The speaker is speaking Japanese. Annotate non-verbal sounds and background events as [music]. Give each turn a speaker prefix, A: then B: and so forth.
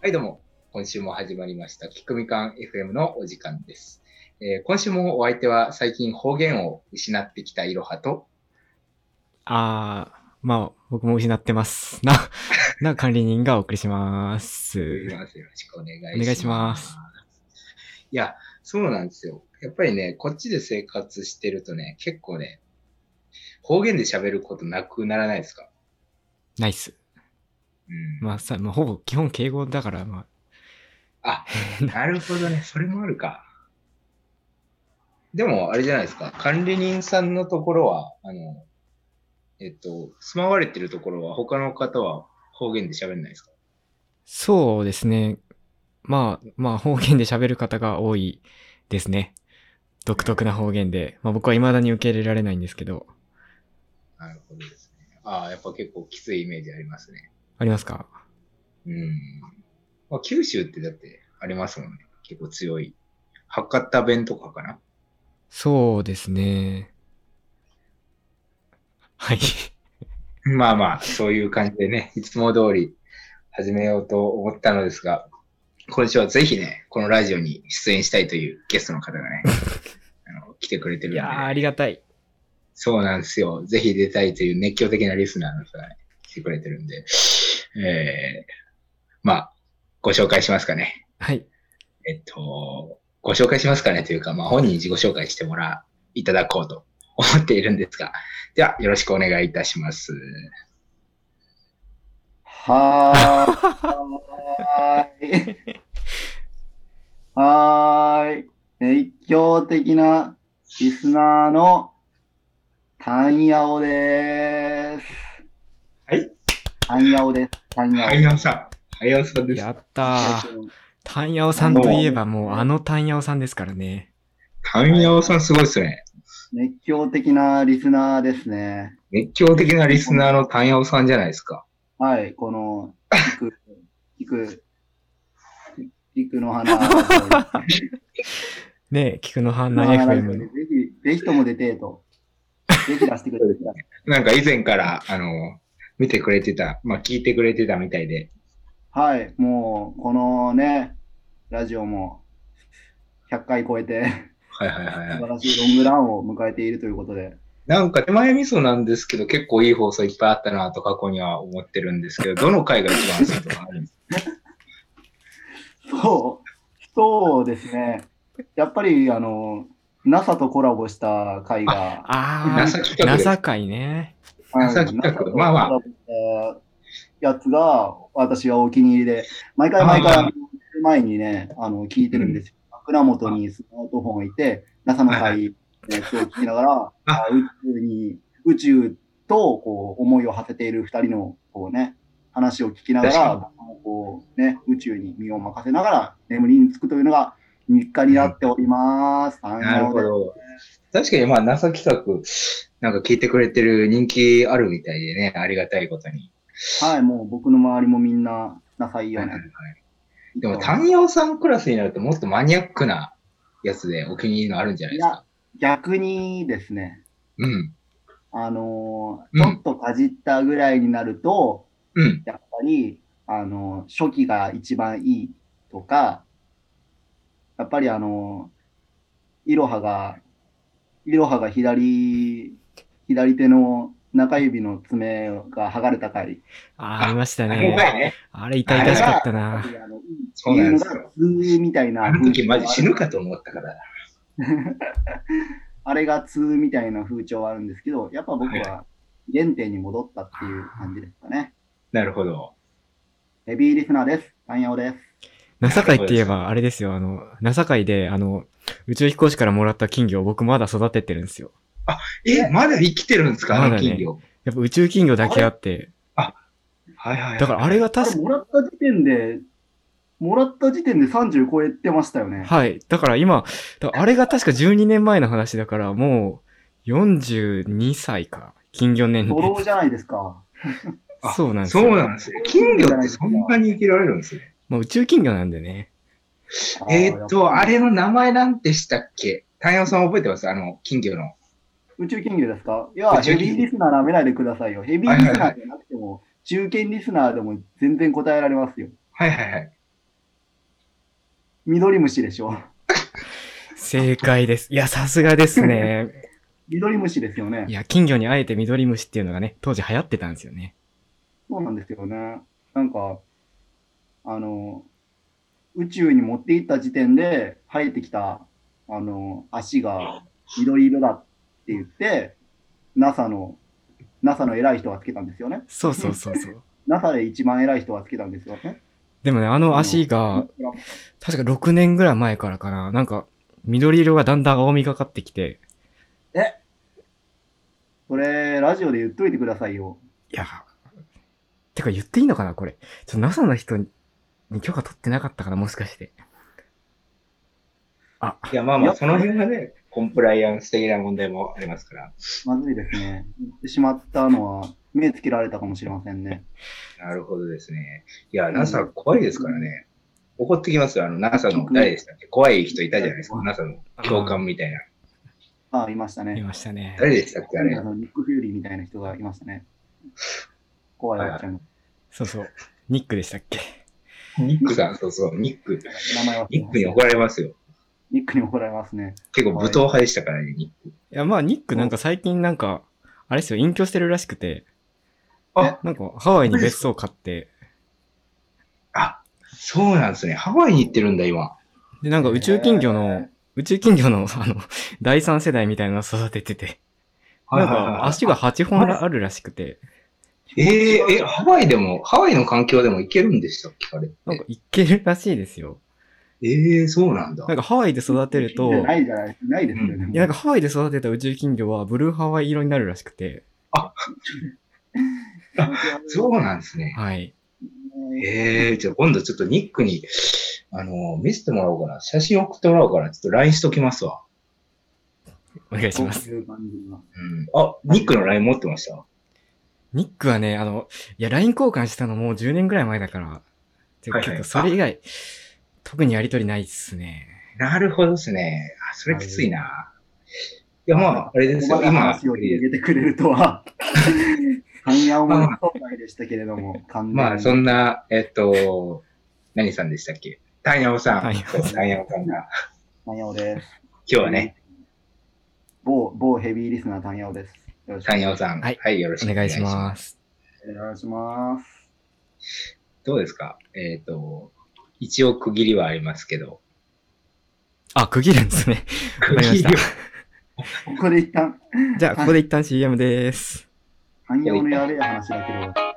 A: はい、どうも。今週も始まりました、キックミカン FM のお時間です。えー今週もお相手は最近方言を失ってきたいろはと、
B: あー、まあ、僕も失ってます。な、 [laughs] な管理人がお送りします。
A: よろしくお願いします。
B: お願いします。
A: いや、そうなんですよ。やっぱりね、こっちで生活してるとね、結構ね、方言で喋ることなくならないですか
B: ナイス。
A: うん。
B: まあさ、まあ、ほぼ基本敬語だから、ま
A: あ、なるほどね。それもあるか。でも、あれじゃないですか。管理人さんのところは、あの、えっと、住まわれてるところは、他の方は方言で喋んないですか
B: あ、そうですね。まあ、まあ、方言で喋る方が多いですね。独特な方言で。まあ僕は未だに受け入れられないんですけど。
A: なるほどですね。ああ、やっぱ結構きついイメージありますね。
B: ありますか
A: うん。まあ、九州ってだってありますもんね。結構強い。博多弁とかかな
B: そうですね。はい。
A: [laughs] まあまあ、そういう感じでね、いつも通り始めようと思ったのですが、今週はぜひね、このラジオに出演したいというゲストの方が
B: [laughs]
A: ね、あの来てくれてる
B: い
A: んで
B: やー、ありがたい。
A: そうなんですよ。ぜひ出たいという熱狂的なリスナーの人が、ね、来てくれてるんで、えー、まあ、ご紹介しますかね。
B: はい。
A: えっと、ご紹介しますかねというか、まあ本人に自己紹介してもらいただこうと思っているんですが、ではよろしくお願いいたします。
C: はーい。はーい。熱狂的なリスナーのタンヤオです。
A: はい。
C: タンヤオです。タンヤオ。
A: はやおさん。はやおさんです
B: や。ったー。タンヤオさんといえばもうあのタンヤオさんですからね。
A: タミヤオさんすごいですね。
C: 熱狂的なリスナーですね。
A: 熱狂的なリスナーのタミヤオさんじゃないですか。
C: はい。こ [laughs] の、菊、菊、菊の [laughs] 花。菊
B: ねえ、菊の花
C: の花です
B: FM
C: ね
B: の。
C: ぜひ、ぜひとも出てーと。ぜひ出してくれて。
A: なんか以前から、あの、見てくれてた、まあ聞いてくれてたみたいで。
C: はい、もう、このね、ラジオも100回超えて、
A: はいはいはい
C: 素晴
A: はい。
C: らしいロングランを迎えているということで、
A: なんか手前味噌なんですけど、結構いい放送いっぱいあったなと過去には思ってるんですけど、どの回が一番好きとかあるんですか
C: そう、そうですね、やっぱり、あの、NASA とコラボした回が、
B: あ
A: 情け
B: あ、
A: なく
B: なさかいね。
C: うん
A: NASA 企画
C: NASA と
A: まあまあ
C: コラボしたやつが、私はお気に入りで、毎回毎
A: まあまあま
C: 回、前にね、あの、聞いてるんですよ。枕元にスマートフォンがいて、NASA の
A: は
C: 会のやつを聞きながら、あ宇宙に、宇宙とこう思いを馳せている二人のこうね、話を聞きなが
A: 確
C: ら、こうね、宇宙に身を任せながら眠りにつくというのが日課になっております。
A: なるほど。確かにまあ NASA 企画、なんか聞いてくれてる人気あるみたいでね、ありがたいことに。
C: はい、もう僕の周りもみんな、NASA いい
A: は
C: よ
A: いはいは
C: ね。
A: いでも、タンヤオさんクラスになるともっとマニアックなやつでお気に入りのあるんじゃないですか。
C: 逆にですね、
A: うん。
C: あの
A: うん
C: ーちょっとかじったぐらいになると、
A: うん。
C: やっぱり、あのー初期が一番いいとか、やっぱりあのー、いろはが、いろはが左、左手の中指の爪が剥がれた回。
B: あーありました
A: 今
B: ね。
A: 回ね、
B: あれ痛々しかったな。
C: あのいいって
A: そうない
C: う
A: で
C: んの
A: す
C: が
A: よ。
C: 通みたいな。
A: あの時マジ死ぬかと思ったから。
C: あれが通みたいな風潮はあるんですけど、やっぱ僕
A: はい
C: は原点に戻ったっていう感じですかね。
A: なるほど。
C: ヘビーリスナーです。パンヤオです。
B: なさかいって言えば、あれですよ、あの、なさかいで、あの、宇宙飛行士からもらった金魚を僕まだ育ててるんですよ。
A: え、まだ生きてるんですかあ
B: ま
A: の
B: だね
A: 金魚。
B: やっぱ宇宙金魚だけあって、
A: はいはいはい。
B: だからあれが
C: あれ
B: 確か、
C: もらった時点で、もらった時点で30超えてましたよね。
B: はい。だから今、だからあれが確か12年前の話だから、もう42歳か。金魚年
C: ドロー
B: 齢。
C: じゃないですか。
A: あ
B: そうなんですよ。
A: そうなんですよ。金魚ってそんなに生きられるんですね。
B: まあ宇宙金魚なんでね。
A: えーっと、あ
C: れ
A: れの名前なんてしたっけ太陽さん覚えてますあの、金魚の。
C: 宇宙金魚ですかいや、
A: 宇宙
C: ヘ
A: 金魚
C: ビーリスナー舐めないでくださいよ。ヘビーリスナーじゃなくても、中堅リスナーでも全然答えられますよ。
A: はいはいはい。
C: 緑虫でしょ。
B: 正解です。いや、さすがですね。
C: 緑虫ですよね
B: い。や、金魚にあえて緑虫っていうのがね、当時流行ってたんですよね。
C: そうなんですよね。なんか、あの、宇宙に持っていった時点で生えてきた、あの、足が緑色だって言って、NASA の、NASA の偉い人がつけたんですよね。
B: そうそうそうそう。
C: NASA で一番偉い人がつけたんですよね。
B: [laughs] でもね、あの足が、確か6年ぐらい前からかな、なんか、緑色がだんだん青みがかってきて、
C: これ、ラジオで言っといてくださいよ。
B: いや、てか言っていいのかな、これ。ちょっと NASA の人に許可取ってなかったかな、もしかして。あ、
A: いや、まあまあ、その辺がね、コンプライアンス的な問題もありますから。
C: まずいですね。言ってしまったのは、目つけられたかもしれませんね。
A: なるほどですね。いや、NASA 怖いですからね。怒ってきますよ。あの、NASA の誰でしたっけ怖い人いたじゃないですか。NASA の教官みたいな。
C: ああ、いました
B: い
C: ね。
B: ましたね。
A: 誰でしたっけあれ
C: あ。のニック・フューリーみたいな人がいましたね。怖いおっちゃん。
B: そうそう。ニックでしたっけ
A: ニックさん、そうそう、ニック。
C: 名前は
A: ニックに怒られますよ。
C: ニックに怒られますね。
A: 結構武闘派でしたからね、ニック。
B: いや、まあ、ニックなんか最近なんか、あれですよ、隠居してるらしくて、
A: あ
B: なんかハワイに別荘買って、
A: あ、そうなんですね。ハワイに行ってるんだ、今。
B: で、なんか宇宙金魚
C: へー
B: の、宇宙金魚の、あの、第三世代みたいなの育ててて、なんか足が8本あるらしくて、
A: えー、え、ハワイでも、ハワイの環境でも行けるんでしたっけあれって。
B: なんかいけるらしいですよ。
A: えー、そうなんだ
B: なん。かハワイで育てると、
C: ないいじゃない、ないですよね。
B: や、なんかハワイで育てた宇宙金魚はブルーハワイ色になるらしくて、
A: そう
C: う
A: なんですね。
B: はい。
A: えー、じゃあ今度ちょっとニックに、あの、見せてもらおうかな。写真送ってもらおうかな。ちょっと LINE しときますわ。
B: お願いします。
C: そういう感じが
A: うん。あ、ニックの LINE 持ってました
B: ニックはね、あの、いや、LINE 交換したのもう10年ぐらい前だから、てか
A: はいはい
B: 結構それ以外、特にやりとりないっすね。
A: なるほどですね。あ、それきついな。いや、まあ、あれです
C: お
A: よ。
C: ばの
A: 今
C: 話、を入れてくれるとは、半夜思いそうないでしたけれども、完全に
A: まあ、そんな、えっと、何さんでしたっけタイヤオさん。
B: タイヤオさん
A: タイヤオさんが。
C: 単葉です。
A: 今日はね、
C: 某、某ヘビーリスナー単葉です。よろしく
A: タイヤオさん。
B: はい
A: はい、よろし
B: お
A: くお
B: 願
A: 願い
B: いし
A: します。
B: ます。
C: お願いします。
A: どうですかえっ、と、一応区切りはありますけど。
B: あ、区切るんです
A: [laughs]
B: ね。
A: 区
B: わかりま
A: 切
B: した
A: りは。
C: ここで一旦、
B: じゃあ、ここで一旦 CM でーす。
C: 単葉のやべえ話だけど、